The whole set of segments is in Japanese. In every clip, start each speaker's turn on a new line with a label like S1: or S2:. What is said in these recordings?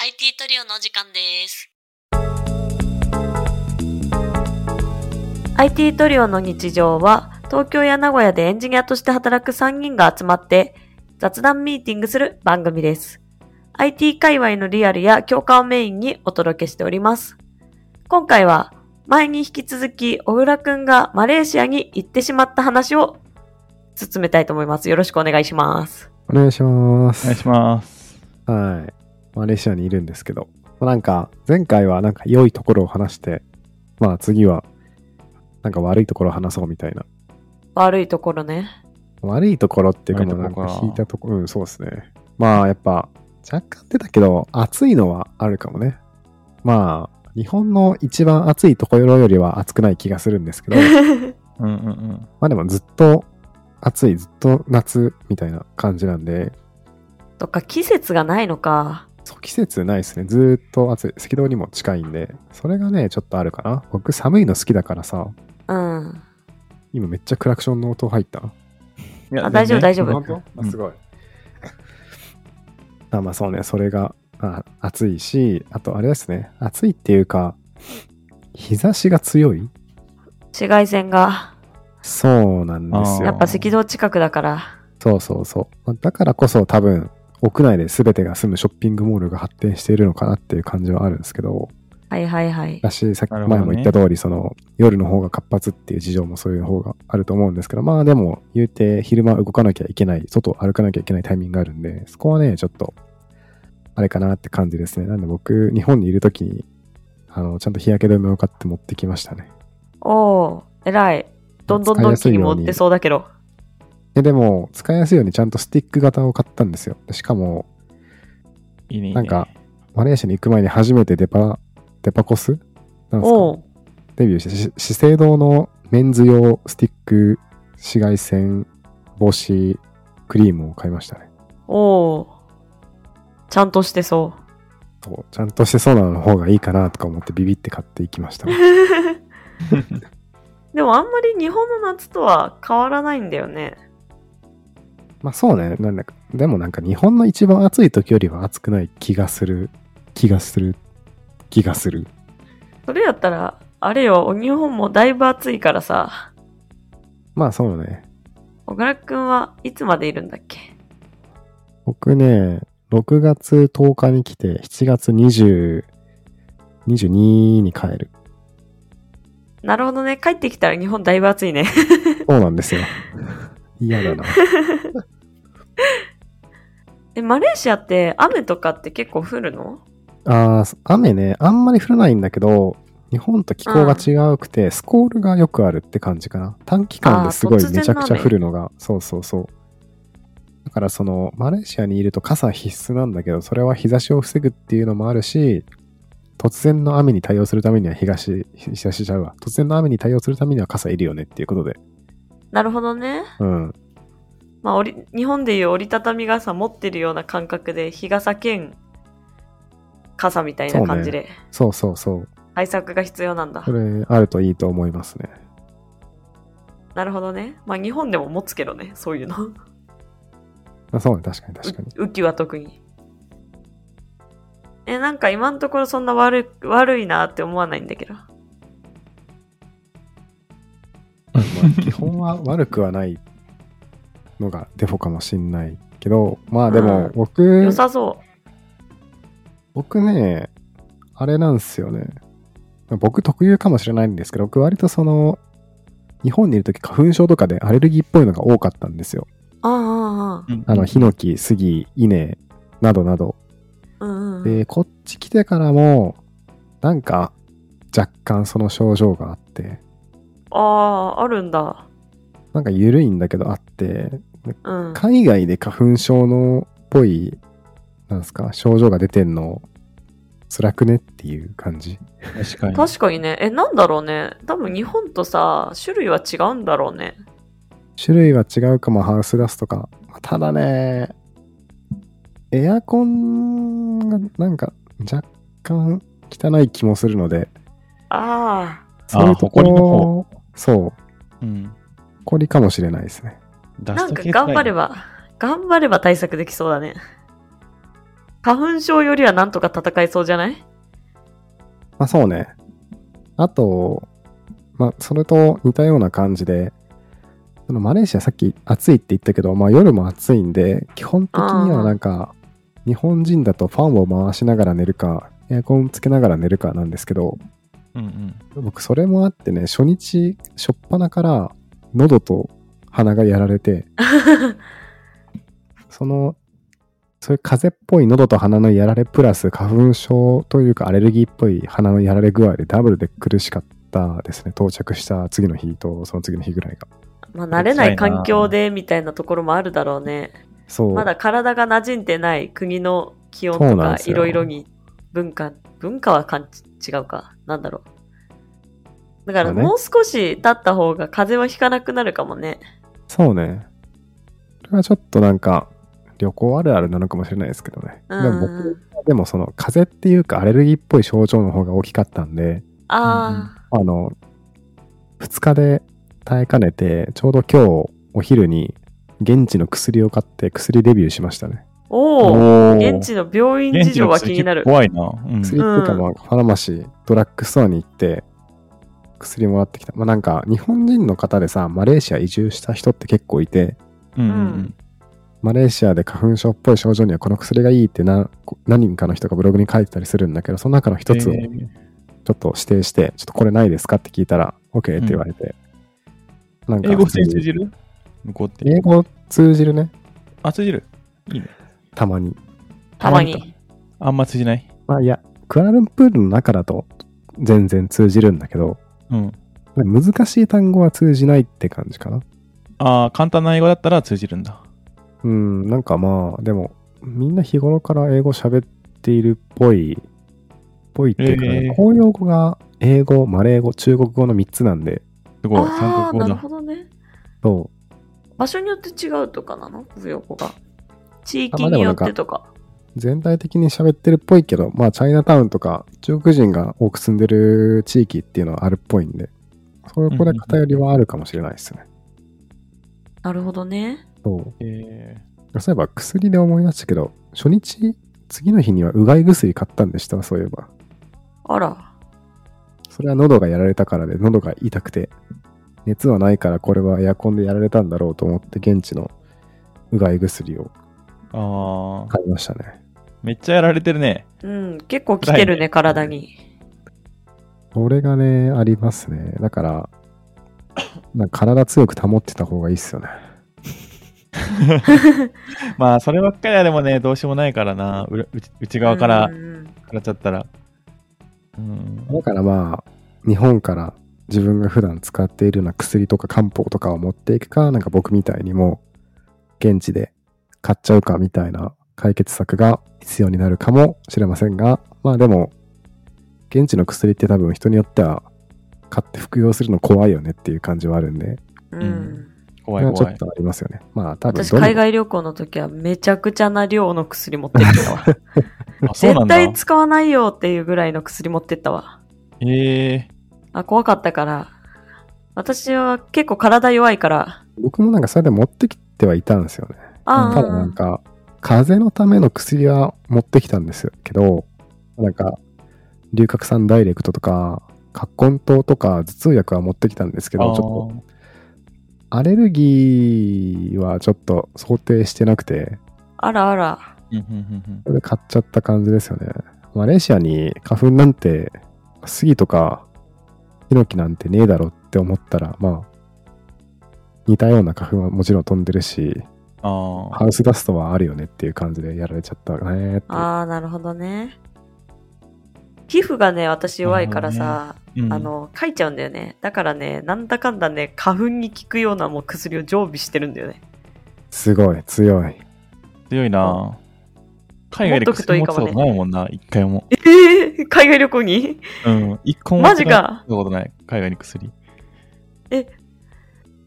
S1: IT トリオのお時間です。
S2: IT トリオの日常は東京や名古屋でエンジニアとして働く3人が集まって雑談ミーティングする番組です。IT 界隈のリアルや共感をメインにお届けしております。今回は前に引き続き小倉くんがマレーシアに行ってしまった話を進めたいと思います。よろしくお願いします。
S3: お願いしま
S4: お
S3: す。
S4: 願いします。
S3: はい。マレーシアにいるんですけど、まあなんか、前回はなんか良いところを話して、まあ次は、なんか悪いところを話そうみたいな。
S2: 悪いところね。
S3: 悪いところっていうかもうな
S4: 悪い
S3: ん
S4: とこ
S3: か
S4: か
S3: 引いたところ、うん、そうですね。まあやっぱ、若干出たけど、暑いのはあるかもね。まあ、日本の一番暑いところよりは暑くない気がするんですけど、
S4: うんうんうん。
S3: まあでもずっと暑い、ずっと夏みたいな感じなんで、
S2: とか季節がないのか。
S3: そう季節ないですね。ずーっと暑い。赤道にも近いんで、それがね、ちょっとあるかな。僕、寒いの好きだからさ、
S2: うん。
S3: 今めっちゃクラクションの音入った。
S4: いや
S2: あ大丈夫
S4: 全然
S2: 大丈夫
S3: 本当
S4: うん
S3: あすごい。 あまあそうね、それがあ暑いし、あとあれですね、暑いっていうか、日差しが強い
S2: 紫外線が、
S3: そうなんです
S2: やっ
S3: よ
S2: ぱ。赤道近くだから。
S3: そうそうそう。だからこそ多分、屋内で全てが住むショッピングモールが発展しているのかなっていう感じはあるんですけど、
S2: はいはいはい。
S3: だし、さっき
S4: なる
S3: 前
S4: ほどね
S3: も言った通り、その夜の方が活発っていう事情もそういう方があると思うんですけど、まあでも、言うて昼間動かなきゃいけない、外を歩かなきゃいけないタイミングがあるんで、そこはね、ちょっと、あれかなって感じですね。なんで僕、日本にいるときに、あの、ちゃんと日焼け止めを買って持ってきましたね。
S2: おー、偉い。どんどんどんきにも売ってそうだけど。
S3: で、でも、使いやすいようにちゃんとスティック型を買ったんですよ。しかも、
S4: いいねいいね
S3: なんか、マレーシアに行く前に初めてデパ、デパコスなんですか
S2: おう
S3: デビューしてし資生堂のメンズ用スティック紫外線防止クリームを買いましたね
S2: おうちゃんとしてそ
S3: そうちゃんとしてそうなのの方がいいかなとか思ってビビって買っていきました
S2: う。でもあんまり日本の夏とは変わらないんだよね。
S3: まあそうねなんだかでもなんか日本の一番暑い時よりは暑くない気がする気がする気がする
S2: それやったら、あれよ、日本もだいぶ暑いからさ、
S3: まあそうね
S2: 小倉くんはいつまでいるんだっけ
S3: 僕ね6月10日に来て7月20 22に帰る
S2: なるほどね、帰ってきたら日本だいぶ暑いね。
S3: そうなんですよ嫌だな
S2: え、マレーシアって雨とかって結構降るの
S3: あー雨ね、あんまり降らないんだけど、日本と気候が違うくて、スコールがよくあるって感じかな。短期間ですご
S2: あー
S3: い
S2: 突然の
S3: めちゃくちゃ
S2: 雨
S3: 降るのが、そうそうそう。だからその、マレーシアにいると傘必須なんだけど、それは日差しを防ぐっていうのもあるし、突然の雨に対応するためには東、日差しちゃうわ。突然の雨に対応するためには傘いるよねっていうことで。
S2: なるほどね。
S3: うん。
S2: まあ、折り日本でいう折りたたみ傘持ってるような感覚で日傘兼傘みたいな感じで
S3: そうそうそう。
S2: 対策が必要なんだ、
S3: これあるといいと思いますね。
S2: なるほどねまあ日本でも持つけどねそういうのう
S3: あそうね、確かに確かに。
S2: 雨季は特にえなんか今のところそんな悪い悪いなって思わないんだけど
S3: まあ基本は悪くはないのがデフォかもしんないけど、まあで
S2: う
S3: も
S2: ん
S3: 僕
S2: 良、さそ
S3: 僕ね、あれなんですよね。僕特有かもしれないんですけど、僕割とその、日本にいる時花粉症とかでアレルギーっぽいのが多かったんですよ。
S2: うあああ
S4: うん
S3: あの、ヒノキ、スギ、イネなどなど。
S2: あうんうん
S3: で、こっち来てからも、なんか、若干その症状があって、
S2: あああるんだ
S3: なんか緩いんだけどあって、
S2: うん
S3: 海外で花粉症のっぽい、なんすか、症状が出てんの、辛くねっていう感じ。
S4: 確かに。
S2: 確かにねえなんだろうね多分日本とさ種類は違うんだろうね
S3: 種類は違うかも、ハウスダストか。ただね、エアコンがなんか若干汚い気もするので、
S2: あ
S3: そういうとこ
S4: 埃の方
S3: そう、
S4: うん。
S3: こりかもしれないですね。
S4: ダ
S2: あな
S4: ス
S2: ん
S4: ト
S2: か
S4: 系
S2: 頑張れ
S4: ば。
S2: ば頑張れば対策できそうだね花粉症よりはなんとか戦いそうじゃない
S3: まあそうね。あと、まあそれと似たような感じで、そのマレーシアさっき暑いって言ったけど、まあ夜も暑いんで、基本的にはなんか、日本人だとファンを回しながら寝るか、エアコンつけながら寝るかなんですけど、
S4: うんうん。
S3: 僕それもあってね、初日、初っ端から喉と鼻がやら れて、その、そういう風邪っぽい喉と鼻のやられプラス花粉症というかアレルギーっぽい鼻のやられ具合でダブルで苦しかったですね。到着した次の日とその次の日ぐらいが。
S2: まあ慣れない環境でみたいなところもあるだろうね。
S3: そう。
S2: まだ体が馴染んでない国の気温
S3: そう
S2: と
S3: なん
S2: か
S3: です
S2: い
S3: よ
S2: ろいろに文化、文化はかん違うか。なんだろう。だから
S3: まあね
S2: もう少し経った方が風邪はひかなくなるかもね。
S3: そうね。これはちょっとなんか旅行あるあるなのかもしれないですけどね。
S2: う
S3: でも
S2: ん
S3: 僕。はでもその風邪っていうかアレルギーっぽい症状の方が大きかったんで、
S2: ああ、
S3: あの、2日で耐えかねて、ちょうど今日お昼に現地の薬を買って薬デビューしましたね。
S2: おお、現地の病院事情は気になる。
S4: 怖いな。うん。
S3: 薬っていうか、
S2: うん
S3: まあ、ファラマシー、ドラッグストアに行って、薬もらってきた。まあなんか、日本人の方でさ、マレーシア移住した人って結構いて、
S4: うんうん
S3: マレーシアで花粉症っぽい症状にはこの薬がいいってな何人かの人がブログに書いてたりするんだけど、その中の一つをち
S4: えー
S3: ょっと指定して、ちょっとこれないですかって聞いたら、OK って言われて。なんか
S4: 英語通じる向こうって。
S3: 英語通じるね、
S4: あ、通じるいいね。
S3: たまに。
S2: たま
S4: たま
S2: に。
S4: あんま通じない
S3: まあいや、クアラルンプールの中だと全然通じるんだけど、
S4: うん。
S3: 難しい単語は通じないって感じかな。
S4: ああ、簡単な英語だったら通じるんだ。
S3: うん、なんかまあ、でも、みんな日頃から英語喋っているっぽい、ぽいっていうか、
S4: えー
S3: 公用語が英語、マレー語、中国語の3つなんで、
S4: すごい。
S2: あ
S4: 韓
S2: あ、
S4: 国
S2: なる
S4: 語だ
S2: ほ。どね。
S3: そ
S2: 場所によって違うとかなの不要語が。地域によってとか。
S3: う、全体的に喋ってるっぽいけど、まあ、チャイナタウンとか、中国人が多く住んでる地域っていうのはあるっぽいんで、そういうこれ偏りはあるかもしれないですね。
S2: なるほどね。
S3: そう。
S4: え
S3: そういえば薬で思い出したけど、初日、次の日にはうがい薬買ったんでした、そういえば。
S2: あら。
S3: それは喉がやられたからで、喉が痛くて、熱はないからこれはエアコンでやられたんだろうと思って、現地のうがい薬を
S4: ー、ああ、
S3: 買いましたね。
S4: めっちゃやられてるね。
S2: うん、結構来てる
S4: 辛いね
S2: ね、体に。
S3: これがね、ありますね。だから、なんか体強く保ってた方がいいっすよね。
S4: まあ、そればっかりはでもね、どうしようもないからな。うら内内側から
S2: うんうん
S4: 食らっちゃったら。うん。
S3: だからまあ、日本から自分が普段使っているような薬とか漢方とかを持っていくか、なんか僕みたいにも現地で買っちゃうかみたいな解決策が必要になるかもしれませんが、まあでも、現地の薬って多分人によっては買って服用するの怖いよねっていう感じはあるんで、
S2: う
S4: うん
S2: ん。
S4: 怖い
S3: これは
S4: 怖
S3: いちょ。っとありますよね。まあ多分
S2: 私、
S3: どの
S2: 海外旅行の時はめちゃくちゃな量の薬持ってってたわ。
S4: あ、そうな
S2: 絶
S4: んだ。
S2: 対使わないよっていうぐらいの薬持ってったわ。
S4: ええ
S2: あ、怖かったから。私は結構体弱いから。
S3: 僕もなんかそれで持ってきてはいたんですよね。
S2: あ
S3: ただなんか、風邪のための薬は持ってきたんですけど、なんか、龍角散ダイレクトとか、葛根糖とか頭痛薬は持ってきたんですけ
S4: あ
S3: ど、ちょっ
S4: ー
S3: とアレルギーはちょっと想定してなくて、
S2: あらあら。
S4: うんうんうん
S3: それで買っちゃった感じですよね。マレーシアに花粉なんて、杉とかヒノキなんてねえだろって思ったら、まあ、似たような花粉はもちろん飛んでるし、
S4: あ
S3: ハ
S4: あ。
S3: ウスダストはあるよねっていう感じでやられちゃったねっていう
S2: ああ、なるほどね。皮膚がね、私弱いからさ、
S4: うん
S2: あ、の、書いちゃうんだよね。だからね、なんだかんだね、花粉に効くようなもう薬を常備してるんだよね。
S3: すごい、強い。
S4: 強いな。海外で
S2: 持っとくといい
S4: 薬持っ
S2: か
S4: た
S2: も
S4: こ
S2: ね
S4: とないもんな、一回も。
S2: えー、海外旅行に
S4: うん。一個も持
S2: マ
S4: っ
S2: ジ
S4: て帰っ
S2: か。
S4: たことない。海外に薬。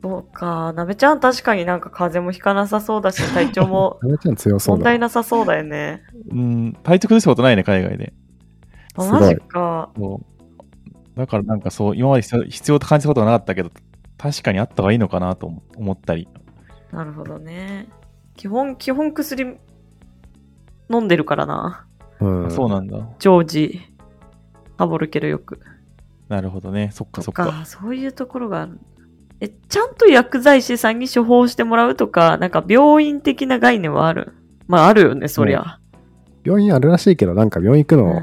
S2: そうか、なべちゃん確かになんか風邪もひかなさそう だし、体調も
S3: なべちゃん強そう
S2: 問
S3: だ
S2: 題。なさそうだよね。
S4: うん。体調崩したことないね、海外で。
S2: あ
S3: すごい
S2: マジか。
S4: そう。だからなんかそう、今まで必要必要と感じたことはなかったけど、確かにあった方がいいのかなと思思ったり。
S2: なるほどね。基本、基本薬飲んでるからな。
S3: うん。
S4: そうなんだ。
S2: 常時。ハボるけどよく。
S4: なるほどね。そっかそっ
S2: か
S4: か。
S2: そういうところがある。え、ちゃんと薬剤師さんに処方してもらうとか、なんか病院的な概念はある。まああるよね、そりゃ。
S3: 病院あるらしいけど、なんか病院行く
S2: うん
S3: の、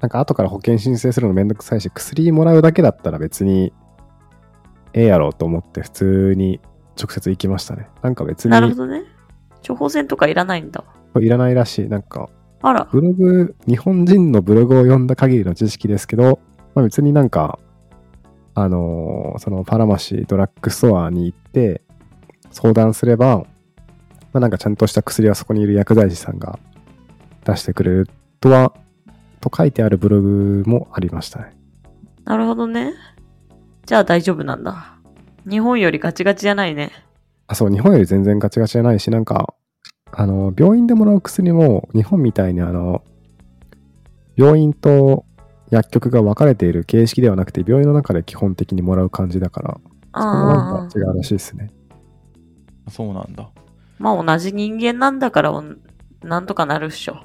S3: なんか後から保険申請するのめんどくさいし、薬もらうだけだったら別に、ええやろうと思って、普通に直接行きましたね。なんか別
S2: なるほ
S3: に
S2: どね。処方箋とかいらないんだ。
S3: いらないらしい。なんか、
S2: あら。
S3: ブログ、日本人のブログを読んだ限りの知識ですけど、まあ、別になんか、あのーそのパラマシードラッグストアに行って相談すれば、まあ、なんかちゃんとした薬はそこにいる薬剤師さんが出してくれるとは、と書いてあるブログもありましたね。
S2: なるほどね。じゃあ大丈夫なんだ。日本よりガチガチじゃないね。
S3: あ、そう、日本より全然ガチガチじゃないし、なんか、あの、病院でもらう薬も、日本みたいにあの、病院と薬局が分かれている形式ではなくて、病院の中で基本的にもらう感じだから、そこも
S2: あ
S3: なん
S2: あ
S3: か違うらしいですね。
S4: そうなんだ。
S2: まあ同じ人間なんだからおん、なんとかなるっしょ。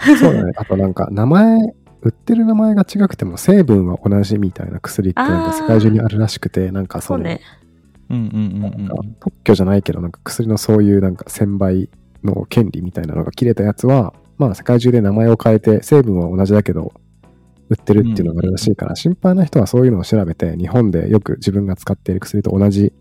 S3: そうだね。あとなんか、名前、売ってる名前が違くても成分は同じみたいな薬ってなんか世界中にあるらしくて、なんか
S2: そ
S3: そうの、
S2: ね。
S4: うんうんうんうん
S3: なんか。特許じゃないけど、なんか薬のそういうなんか1000倍の権利みたいなのが切れたやつは、まあ世界中で名前を変えて成分は同じだけど、売ってるっていうのがあるらしいから、心配な人はそういうのを調べて、日本でよく自分が使っている薬と同じ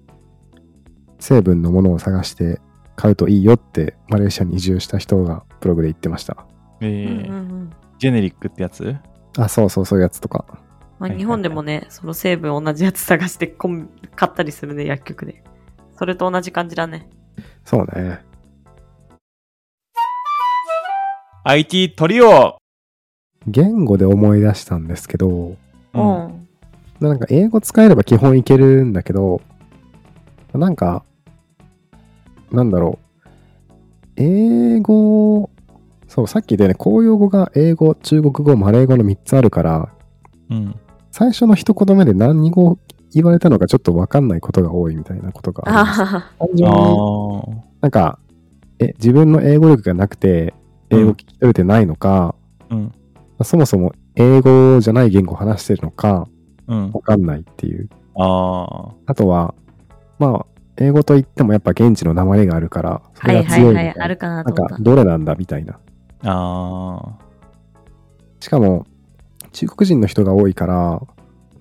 S3: 成分のものを探して買うといいよって、マレーシアに移住した人がブログで言ってました。
S4: え
S2: う
S4: ー
S2: んうんうん
S4: ジェネリックってやつ
S3: あ、そうそうそういうやつとか。
S2: ま
S4: は
S2: あ
S4: いはいはい
S2: 日本でもね、その成分同じやつ探してこん買ったりするね、薬局で。それと同じ感じだね。
S3: そうね。
S4: ?IT トリオ
S3: 言語で思い出したんですけど、
S4: うん。
S2: ん。
S3: なんか英語使えれば基本いけるんだけど、なんか、なんだろう。英語、そう、さっき言ったよね、公用語が英語、中国語、マレー語の3つあるから、
S4: うん。
S3: 最初の一言目で何語言われたのかちょっとわかんないことが多いみたいなことがあります。
S2: あ
S3: 単
S4: あ
S3: 純に
S4: あ。
S3: なんか、え、自分の英語力がなくて、英語聞き取れてないのか、
S4: うん。
S3: そもそも英語じゃない言語を話してるのか、
S4: うん。
S3: わかんないっていう。
S4: ああ。
S3: あとは、まあ、英語といってもやっぱ現地の名前があるから、そ
S2: は
S3: れ
S2: い
S3: が
S2: は
S3: 強
S2: い
S3: い
S2: は
S3: みたい
S2: い。
S3: な。
S2: あるかな
S3: な
S2: と思
S3: ん
S2: っ
S3: か
S2: た、。
S3: どれなんだみたいな。
S4: あ
S3: しかも、中国人の人が多いから、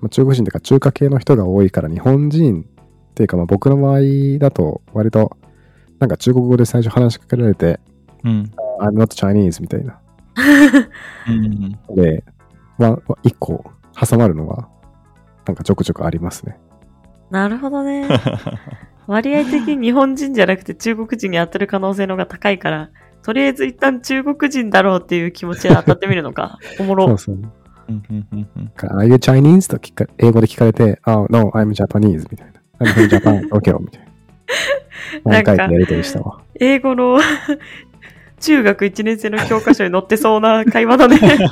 S3: まあ中国人というか中華系の人が多いから、日本人っていうか、まあ僕の場合だと、割と、なんか中国語で最初話しかけられて、
S4: あ。うん。
S3: I'm not Chinese みたいな。
S4: うん。
S3: で、まあ、一個挟まるのは、なんかちょくちょくありますね。
S2: なるほどね。割合的に日本人じゃなくて中国人に当たる可能性の方が高いから、とりあえず一旦中国人だろうっていう気持ちで当たってみるの か。おも
S3: そ
S2: ろ
S3: う。そう。
S4: うんうんうんうん
S3: から Are you Chinese? と聞か英語で聞かれて、Oh, no, I'm Japanese みたいな。I'm from Japan, okay, みたいな。
S2: なん
S3: 何
S2: か
S3: 回かやりとりしたわ。
S2: 英語の 中学1年生の教科書に載ってそうな会話だ ね。
S4: 確かに。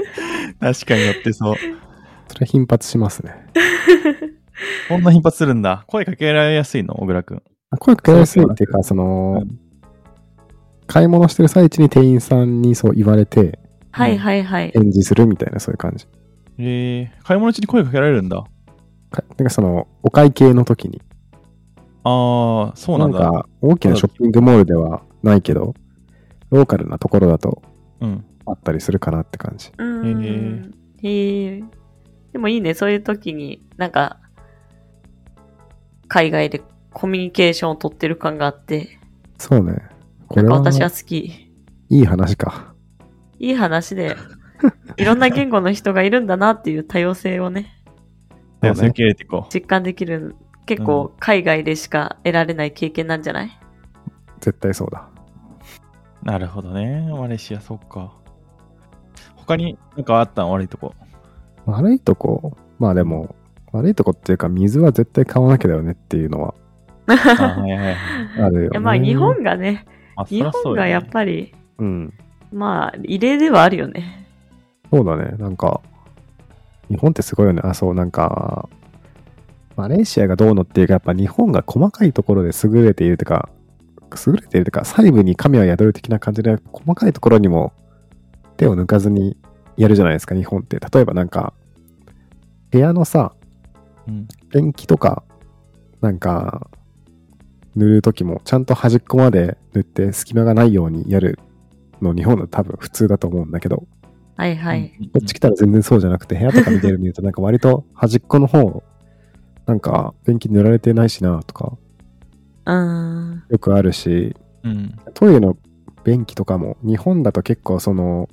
S4: 確かにやってそう。
S3: それ頻発しますね。
S4: こんな頻発するんだ。声かけられやすいの小倉くん。
S3: あ声かけやすいっていうか、その、買い物してる最中に店員さんにそう言われて、
S2: はいはいはい。
S3: 返事するみたいな、そういう感じ。
S4: えー、買い物中に声かけられるんだ。
S3: かなんかその、お会計の時に。
S4: ああ、そうな
S3: なんん
S4: だ。
S3: か、大きなショッピングモールではないけど、ローカルなところだと
S4: うん。
S3: あったりするかなって感じ。
S2: うーん。へえ。でもいいね、そういう時に、なんか、海外でコミュニケーションを取ってる感があって、
S3: そうね。
S2: な
S3: これ
S2: んか
S3: は、
S2: 私は好き。
S3: いい話か。
S2: いい話で、いろんな言語の人がいるんだなっていう多様性をね、
S4: では、
S3: そうね
S4: 受け入れていこ
S2: 実感できる、結構海外でしか得られない経験なんじゃない
S3: 絶対そうだ。
S4: う。なるほどね。マレーシア、そっか。他に何かあったん悪いとこ。
S3: 悪いとこまあでも悪いとこっていうか水は絶対買わなきゃだよねっていうのは
S4: あーはいはいはい。
S3: あるよ、ね
S2: い、やまあ日本がね、
S4: まあ
S2: 日本がやっ
S4: り。
S2: ぱり、
S3: うん
S2: まあ異例ではあるよね。
S3: そうだねなんか日本ってすごいよねあそうなんかマレーシアがどうのっていうかやっぱ日本が細かいところで優れているというか優れてるというか、細部に神は宿る的な感じで、細かいところにも手を抜かずにやるじゃないですか、日本って。例えばなんか、部屋のさ、
S4: うん。
S3: ペンキとか、なんか、塗るときも、ちゃんと端っこまで塗って隙間がないようにやるの、日本の多分普通だと思うんだけど、
S2: はいはい。
S4: うん。
S3: こっち来たら全然そうじゃなくて、部屋とか見てる見ると、なんか割と端っこの方、なんかペンキ塗られてないしなとか、
S2: うーん。
S3: よくあるし、
S4: うん。
S3: トイレの便器とかも、日本だと結構その、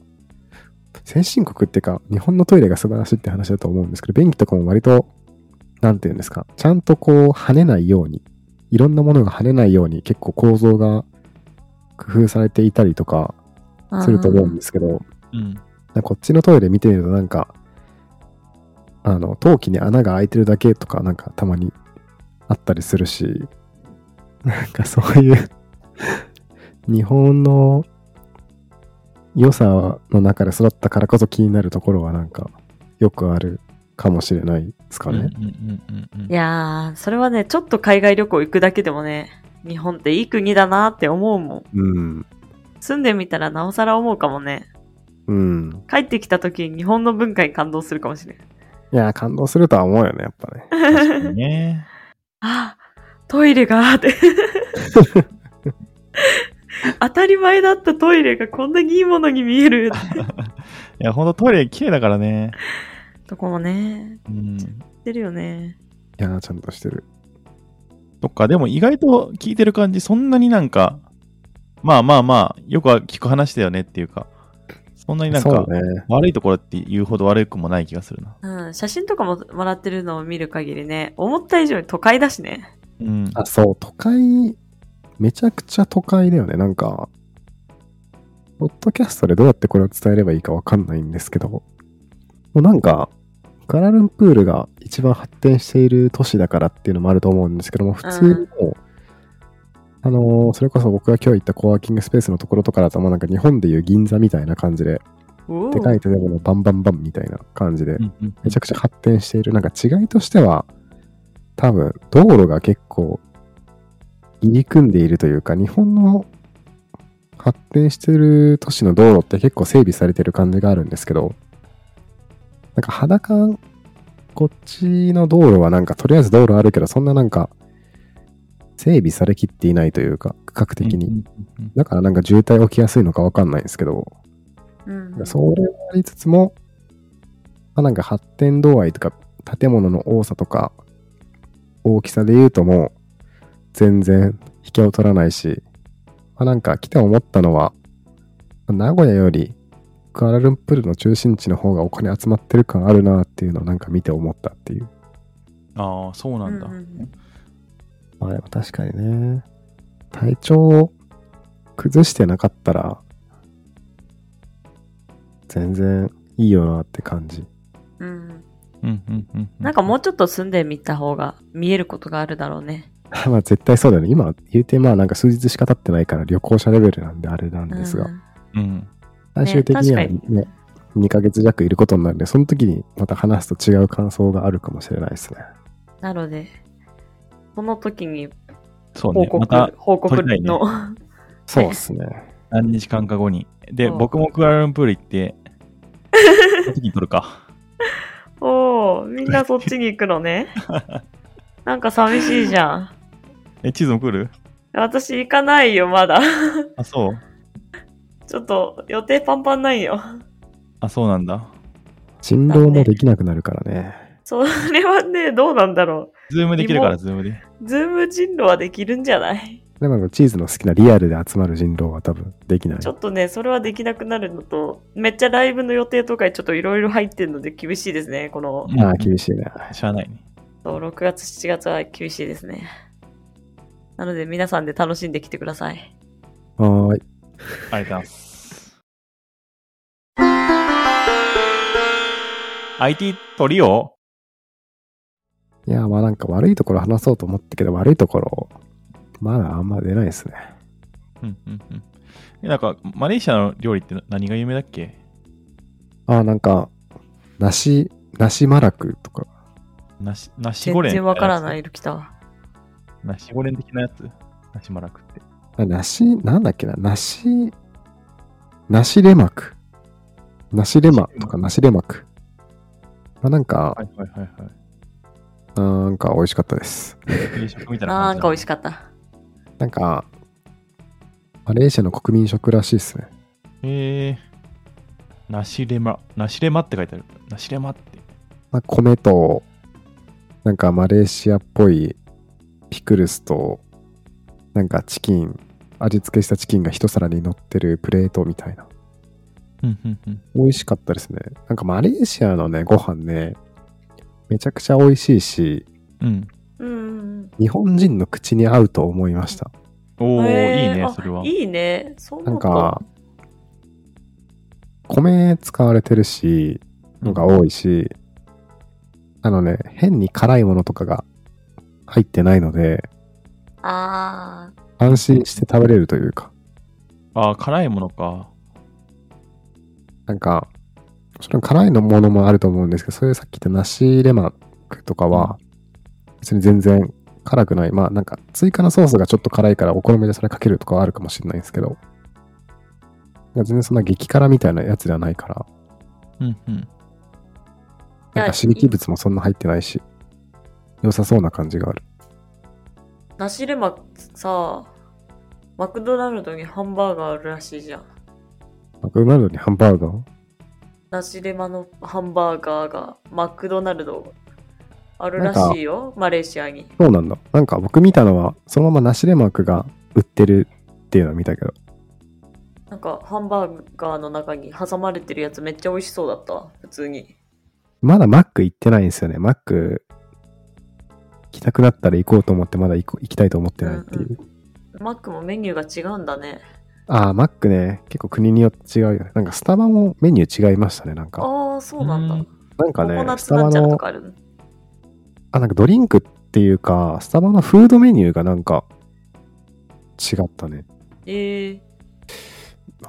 S3: 先進国っていうか、日本のトイレが素晴らしいって話だと思うんですけど、便器とかも割と、なんていうんですか、ちゃんとこう跳ねないように、いろんなものが跳ねないように結構構造が工夫されていたりとかすると思うんですけど、
S4: うん。
S3: こっちのトイレ見てみるとなんか、あの、陶器に穴が開いてるだけとかなんかたまにあったりするし、なんかそういう、日本の良さの中で育ったからこそ気になるところはなんかよくあるかもしれないですか
S4: うん。うん。
S3: ね。
S4: うん。
S2: いやー、それはね、ちょっと海外旅行行くだけでもね、日本っていい国だなって思うもん。
S3: うん。
S2: 住んでみたらなおさら思うかもね。
S3: うん。
S2: 帰ってきた時に日本の文化に感動するかもしれん。
S3: いやー、感動するとは思うよね、やっぱね。
S4: 確かにね。
S2: あ、トイレが、 って。当たり前だったトイレがこんなにいいものに見える。
S4: いや、ほんとトイレ綺麗だからね。
S2: とこもね、
S4: うん。
S2: 知ってるよね。
S3: いやー、ちゃんとしてる。
S4: そっか、でも意外と聞いてる感じ、そんなになんか、まあまあまあ、よくは聞く話だよねっていうか、そんなになん
S3: そう
S4: か、
S3: ね。
S4: 悪いところって言うほど悪くもない気がするな。
S2: うん、写真とかももらってるのを見る限りね、思った以上に都会だしね。
S4: うん。
S3: あ、そう、都会、めちゃくちゃ都会だよね。なんか、ポッドキャストでどうやってこれを伝えればいいかわかんないんですけど、もうなんか、ガラルンプールが一番発展している都市だからっていうのもあると思うんですけども、普通にもう、あのーそれこそ僕が今日行ったコワーキングスペースのところとかだと、もうなんか日本でいう銀座みたいな感じで、
S2: おー
S3: でかい建物バンバンバンみたいな感じで、
S4: うんうん
S3: めちゃくちゃ発展している。なんか違いとしては、多分、道路が結構、入り組んでいるというか、日本の発展してる都市の道路って結構整備されてる感じがあるんですけど、なんか裸、こっちの道路はなんか、とりあえず道路あるけど、そんななんか、整備されきっていないというか、区画的に。
S4: うんうんうん
S3: だからなんか渋滞起きやすいのかわかんないんですけど、
S2: うん、
S3: それもありつつも、まあ、なんか発展度合いとか建物の多さとか大きさで言うともう全然引けを取らないし、まあ、なんか来て思ったのは名古屋よりクアラルンプールの中心地の方がお金集まってる感あるなっていうのをなんか見て思ったっていう。
S4: ああ、そうなんだ。
S2: うんうん
S3: まあでも確かにね、体調を崩してなかったら全然いいよなって感じ。
S2: うん、
S4: うんうんうんう
S2: なんかもうちょっと住んでみた方が見えることがあるだろうね。
S3: まあ絶対そうだよね。今言うてまあなんか数日しか経ってないから旅行者レベルなんであれなんですが、
S2: うん
S4: うん。
S3: 最終的にはね
S2: 確
S3: 2ヶ月弱いることになるんで、その時にまた話すと違う感想があるかもしれないですね。
S2: なので、その時に
S4: そう
S2: 報
S4: ね。
S2: 告、
S4: また
S2: 報告
S4: 取りたいね
S2: の、
S3: そうですね。
S4: 何日間か後に。で、
S2: そう
S4: 僕もクアラルンプール行 って、その時に撮るか。
S2: おお、みんなそっちに行くの ね。なんか寂しいじゃん。
S4: え、地図も来る
S2: 私行かないよ、まだ。
S4: あ、そう。
S2: ちょっと予定パンパンないよ。
S4: あ、そうなんだ。
S3: 人狼もできなくなるからね。
S2: それはね、どうなんだろ
S4: ズームできるから、
S2: リ
S4: ズームで。
S2: う。ズーム人狼はできるんじゃない
S3: でもチーズの好きなリアルで集まる人狼は多分できない
S2: ちょ。っとね、それはできなくなるのと、めっちゃライブの予定とかにちょっといろいろ入ってるので厳しいですね。この、
S3: ああ、厳しいね。
S4: しゃあないね。
S2: そう6月、7月は厳しいですね。なので皆さんで楽しんできてください。
S3: はーい。
S4: ありがとうございます。IT トリオ
S3: いや、まあなんか悪いところ話そうと思ったけど、悪いところ、まだあんま出ないですね。
S4: うんうんうん。え、なんか、マレーシアの料理って何が有名だっけ
S3: ああ、なんか、梨、梨マラクとか。
S4: なし、ナシゴ
S2: 全
S4: レ
S2: 然
S4: ン。
S2: わからない、ルキタは。
S4: ナシゴレン的なやつナシマラクって。
S3: あ梨、なんだっけな、梨、梨レマク。梨レマとか梨レマク。まあ、なんか、
S4: はいはいはい
S3: なんか美味しかったです。
S4: はい。定食みたいな
S2: なんか美味し
S4: く。
S2: かった。
S3: なんか、マレーシアの国民食らしいですね。
S4: へえ。ナシレマ。ナシレマって書いてある。ナシレマって。
S3: まあ、米と、なんかマレーシアっぽいピクルスと、なんかチキン、味付けしたチキンが一皿に乗ってるプレートみたいな。
S4: うんうんうん。
S3: 美味しかったですね。なんかマレーシアのね、ご飯ね、めちゃくちゃ美味しいし、
S4: うん。
S2: うん。
S3: 日本人の口に合うと思いました。
S4: おー、
S2: へー
S4: いいね
S2: あ、
S4: それは。
S2: いいね。そう思
S3: なん
S2: った
S3: か、米使われてるし、のが多いし、あのね、変に辛いものとかが入ってないので、
S2: ああ、
S3: 安心して食べれるというか、
S4: あー、辛いものか。
S3: なんか、もちろん辛いのものもあると思うんですけど、そういうさっき言った梨レマクとかは、別に全然辛くない。まあなんか追加のソースがちょっと辛いからお好みでそれかけるとかはあるかもしれないんですけど、なんか全然そんな激辛みたいなやつではないから、
S4: うんうん。
S3: なんか刺激物もそんな入ってないし、良さそうな感じがある。
S2: 梨レマさ、マクドナルドにハンバーガーあるらしいじゃん。
S3: マクドナルドにハンバーガー
S2: 梨レマのハンバーガーがマクドナルドあるらしいよ、マレーシアに。
S3: そうなんだ。なんか僕見たのは、そのままナシレマークが売ってるっていうのを見たけど、
S2: なんかハンバーガーの中に挟まれてるやつめっちゃ美味しそうだったわ、普通に。
S3: まだマック行ってないんですよね。マック行きたくなったら行こうと思って、まだ行こ行きたいと思ってないっていう。
S2: うんマックもメニューが違うんだね。
S3: ああ、マックね、結構国によって違うよね。なんかスタバもメニュー違いましたね、なんか。
S2: ああ、そうなんだ。
S4: うん
S3: なんか
S2: ココナ
S3: ね、
S2: ッ
S3: ス
S2: ツ
S3: タ
S2: な
S3: バ
S2: んちゃらと
S3: の、
S2: かある。
S3: あ、なんかドリンクっていうか、スタバのフードメニューがなんか違ったね。
S2: ええ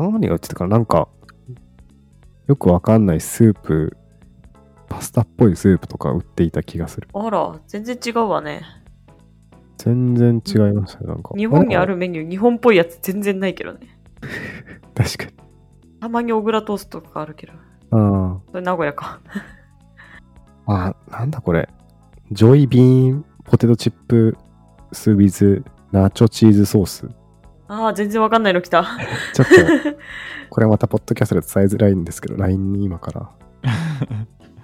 S3: 何が売ってたかななんか、よくわかんないスープ、パスタっぽいスープとか売っていた気がする。
S2: あら、全然違うわね。
S3: 全然違いましたね、なんか。
S2: 日本にあるメニュー、日本っぽいやつ全然ないけどね。
S3: 確かに。
S2: たまに小倉トーストとかあるけど。
S3: あ
S2: それ名古屋か。
S3: あ。あ、なんだこれ。ジョイビーンポテトチップスウィズナチョチーズソース。
S2: ああ、全然わかんないの来た。
S3: ちょっ と、これまたポッドキャストで伝えづらいんですけど、LINE に今から、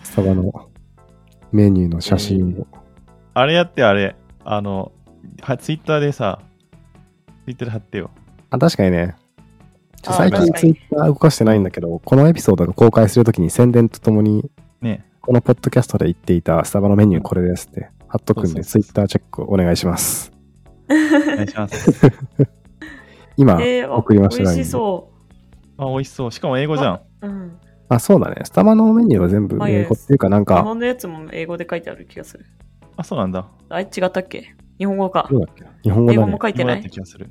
S3: スタバのメニューの写真を。
S4: あれやってあれ。あの、はツイッターでさ、ツイッターで貼ってよ。
S3: あ、確かにね。ちょ
S2: あー
S3: 最近
S2: 確か
S3: ツイ
S2: に
S3: ッター動かしてないんだけど、このエピソードが公開するときに宣伝とともに、
S4: ね。
S3: このポッドキャストで言っていたスタバのメニューこれですって貼っとくんで、
S4: そ
S3: ツ
S4: う
S3: イ
S4: そうそう
S3: ッターチェックお願いします。
S4: お願いし ます。
S3: 今、
S2: えー、あ
S3: 送りました
S2: 美
S3: LINE
S2: 味
S3: に
S2: しそ
S4: あ、美味しそう。しかも英語じゃん。
S2: う。うん。
S3: あ、そうだね。スタバのメニューは全部英語っていうか、なん
S2: 日
S3: か、
S2: 本のやつも英語で書いてある気がする。
S4: あ、そうなんだ。
S2: あれ違ったっけ日本語か
S3: ど。うだっけ日本語
S2: 英
S3: だ
S2: 語も
S3: ね。
S2: 書いてな
S4: 英語だった
S2: い。
S4: 気がする。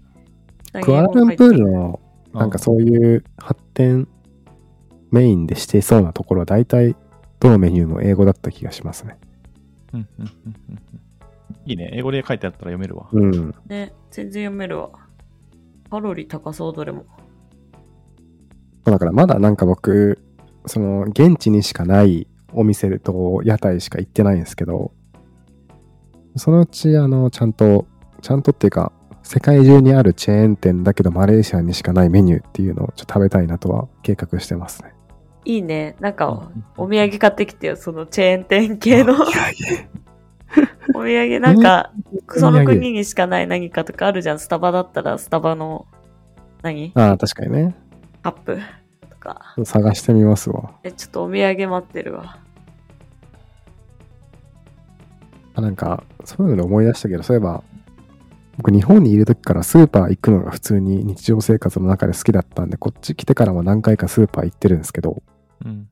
S3: クアラルンプールの、なんか
S4: あ
S3: そういう発展メインでしてそうなところは、大体、どのメニューも英語だった気がしますね。
S4: うんうんうんうんうんいいね。英語で書いてあったら読めるわ。
S3: うん。
S2: ね、全然読めるわ。カロリー高そう、どれも。
S3: だからまだなんか僕、その現地にしかないお店と屋台しか行ってないんですけど、そのうちあの、ちゃんと、ちゃんとっていうか、世界中にあるチェーン店だけどマレーシアにしかないメニューっていうのをちょっと食べたいなとは計画してますね。
S2: いいね。なんか、お土
S4: 産。
S2: 産買ってきてよ、そのチェーン店系の。お土 産、なんか、その国にしかない何かとかあるじゃん。スタバだったら、スタバの、何
S3: ああ、確かにね。
S2: カップとか。
S3: 探してみますわ。
S2: え、ちょっとお土産待ってるわ。
S3: あなんか、そういうので思い出したけど、そういえば、僕日本にいる時からスーパー行くのが普通に日常生活の中で好きだったんで、こっち来てからも何回かスーパー行ってるんですけど、
S4: うん。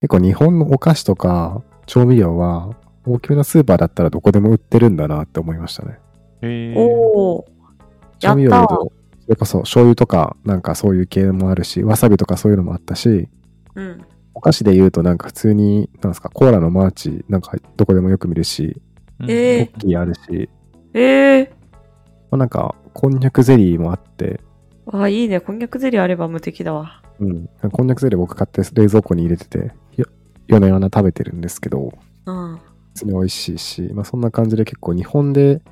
S3: 結構日本のお菓子とか調味料は大きめのスーパーだったらどこでも売ってるんだなって思いましたね。
S4: へえ。
S2: おー。や
S3: 調
S2: っ
S3: 味料
S2: た
S3: だ
S2: わ。
S3: と、それこそ醤油とかなんかそういう系もあるし、わさびとかそういうのもあったし、
S2: うん。
S3: お菓子で言うとなんか普通に、なんですか、コーラのマーチなんかどこでもよく見るし、
S4: うん
S2: え
S3: ポ
S2: ー
S3: ッキーあるし、
S2: えー、
S3: まあ、なんか、こんにゃくゼリーもあって、
S2: わあ、いいね。こんにゃくゼリーあれば無敵だわ。
S3: うん。こんにゃくゼリー僕買って冷蔵庫に入れてて、よ夜な夜な食べてるんですけど、
S2: うん。
S3: 普通に美味しいし、まあ、そんな感じで結構日本で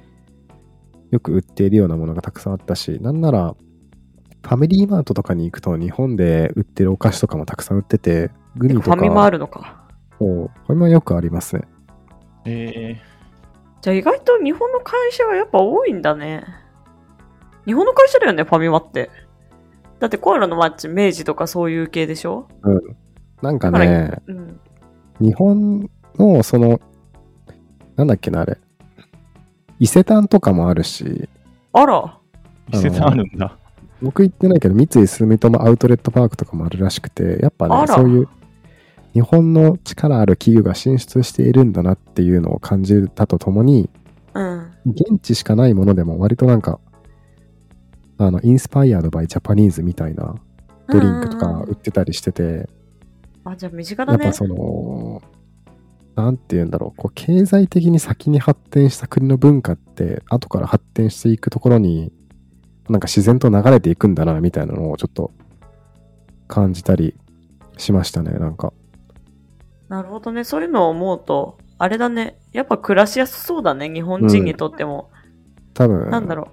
S3: よく売っているようなものがたくさんあったし、なんなら、ファミリーマートとかに行くと日本で売ってるお菓子とかもたくさん売ってて、グ
S2: て
S3: ミ
S2: か
S3: と
S2: フ
S3: か。
S2: ァミマあるのか。
S3: おうファミマよくありますね。
S4: え
S2: じゃあ意外と日本の会社がやっぱ多いんだね。日本の会社だよね、ファミマって。だってコアラのマッチ、明治とかそういう系でしょ
S3: なんか
S2: だか
S3: ね、
S2: うん。
S3: 日本のその、なんだっけな、あれ。伊勢丹とかもあるし、
S2: あら。
S4: ー、伊勢丹あるんだ。
S3: 僕行ってないけど、三井住友アウトレットパークとかもあるらしくて、やっぱ
S2: あ
S3: ね、
S2: ら
S3: そういう日本の力ある企業が進出しているんだなっていうのを感じたとともに、
S2: うん。
S3: 現地しかないものでも割となんか、あの、インスパイアードバイジャパニーズみたいなドリンク
S2: うん
S3: と
S2: うん
S3: か
S2: うん
S3: 売ってたりしてて、
S2: あ、じゃあ身近
S3: や
S2: だ
S3: っ
S2: ね
S3: ぱ。その、なんて言うんだろう、こう、経済的に先に発展した国の文化って、後から発展していくところに、なんか自然と流れていくんだな、みたいなのをちょっと感じたりしましたね、なんか。
S2: なるほどね。そういうのを思うと、あれだね。やっぱ暮らしやすそうだね。日本人にとっても。
S3: 多分、
S2: なんだろ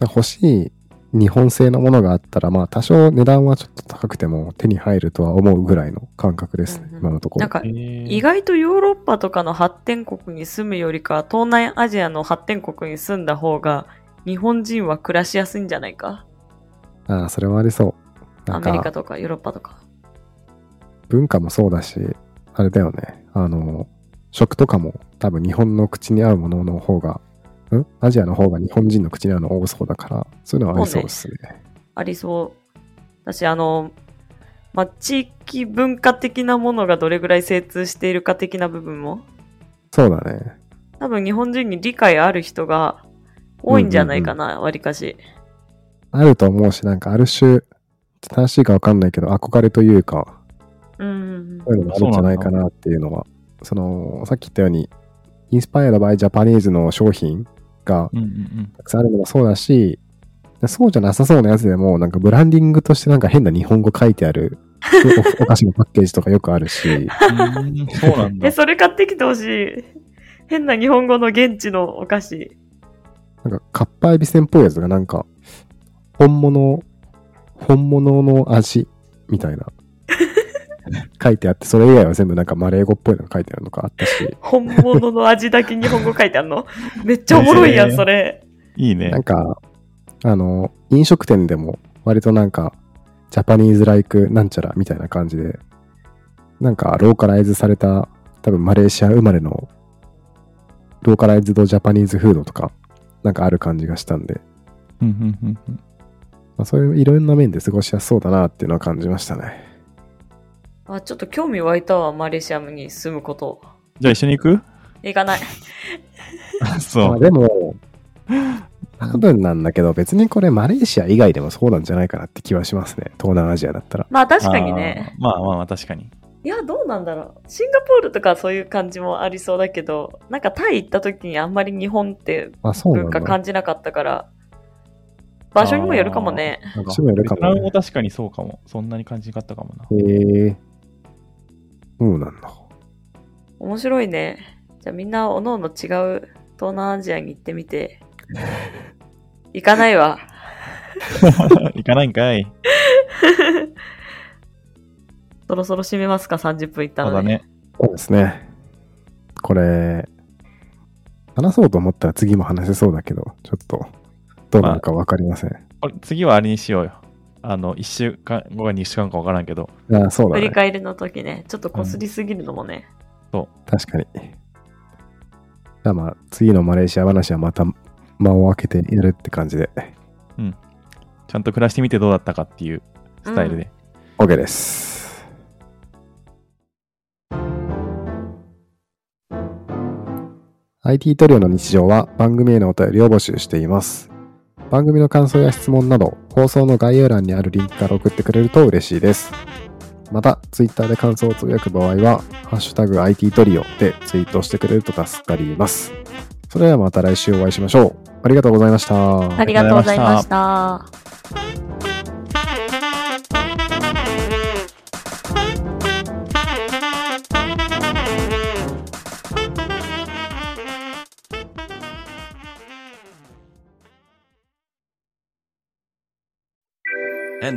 S3: 欲しい日本製のものがあったら、まあ、多少値段はちょっと高くても手に入るとは思うぐらいの感覚ですね、
S2: うんうん
S3: 今のと
S2: う。
S3: こ
S2: な
S3: ろ
S2: ん。か
S4: え、ー
S2: 意外とヨーロッパとかの発展国に住むよりか、東南アジアの発展国に住んだ方が、日本人は暮らしやすいんじゃないか。
S3: ああ、それはありそう。な
S2: ア
S3: ん
S2: メリ
S3: か
S2: カ、とかヨーロッパとか。
S3: 文化もそうだし、あれだよね。あの、食とかも多分日本の口に合うものの方が、んアジアの方が日本人の口に合うの多そうだから、そういうのはありそうですね。
S2: ありそう。だし、あの、まあ、地域文化的なものがどれぐらい精通しているか的な部分も、
S3: そうだね。
S2: 多分日本人に理解ある人が多いんじゃないかな、わりかし。
S3: あると思うし、なんかある種、正しいかわかんないけど、憧れというか、
S2: うん。
S3: そういうのもあるんじゃないかなっていうのは、その、さっき言ったように、インスパイアドバイジャパニーズの商品が
S4: うんうんうん。
S3: たくさんあるのもそうだし、そうじゃなさそうなやつでも、なんかブランディングとしてなんか変な日本語書いてあるおお 菓子のパッケージとかよくあるし、
S4: うーんそうなんだ
S2: え、。それ買ってきてほしい。変な日本語の現地のお菓子。
S3: なんか、かっぱえびせんっぽいやつがなんか、本物、本物の味、みたいな。書いてあって、それ以外は全部なんかマレー語っぽいのが書いてあるのがあったし、
S2: 本物の味だけ日本語書いてあん のめっちゃおもろいやん、
S4: えー
S2: それ。
S4: いいね
S3: な。んか、あの、飲食店でも割となんか、ジャパニーズライクなんちゃらみたいな感じで、なんかローカライズされた、多分マレーシア生まれの、ローカライズドジャパニーズフードとか、なんかある感じがしたんで、
S4: うんうんうんうん
S3: まあ、そういういろんな面で過ごしやすそうだなっていうのは感じましたね。
S2: あ、ちょっと興味湧いたわ、マレーシアに住むこと。
S4: じゃあ一緒に 行く
S2: 行かない。
S4: そ
S3: まあ、
S4: う。
S3: でも、多分なんだけど、別にこれマレーシア以外でもそうなんじゃないかなって気はしますね。東南アジアだったら。
S2: まあ確かにね。
S4: あー。まあまあまあ、確かに。
S2: いや、どうなんだろう。シンガポールとかそういう感じもありそうだけど、なんかタイ行った時にあんまり日本って
S3: あ、そうな
S2: 文
S3: ん
S2: 化
S3: だ。
S2: 感じなかったから、場所にもよるかもね。
S4: なん
S3: そっちもやるかもね
S4: ベトナムも確かにそうかも。そんなに感じなかったかもな。
S3: へえ。そうなんだ。
S2: 面白いね。じゃあみんなおのおの違う東南アジアに行ってみて。行かないわ。
S4: 行かないんかい。
S2: そろそろ閉めますか、30分いった
S4: そう
S2: の
S4: だ
S2: で。
S4: ね。
S3: そうですね。これ、話そうと思ったら次も話せそうだけど、ちょっと、どうなるかわかりません。
S4: これ次はあれにしようよ。あの、1週間後か2週間後か分からんけど、
S3: ああ、そうだ
S2: 振り
S3: ね。
S2: 返りの時ね、ちょっとこすりすぎるのもね。
S3: 確かに。じゃあまあ、次のマレーシア話はまた間を空けてやるって感じで、
S4: ちゃんと暮らしてみてどうだったかっていうスタイルで。
S3: OK です。IT トリオの日常は番組へのお便りを募集しています。番組の感想や質問など、放送の概要欄にあるリンクから送ってくれると嬉しいです。また、Twitter で感想をつぶやく場合は、ハッシュタグ IT トリオでツイートしてくれると助かります。それではまた来週お会いしましょう。ありがとうございました。
S2: ありがとうございました。
S5: And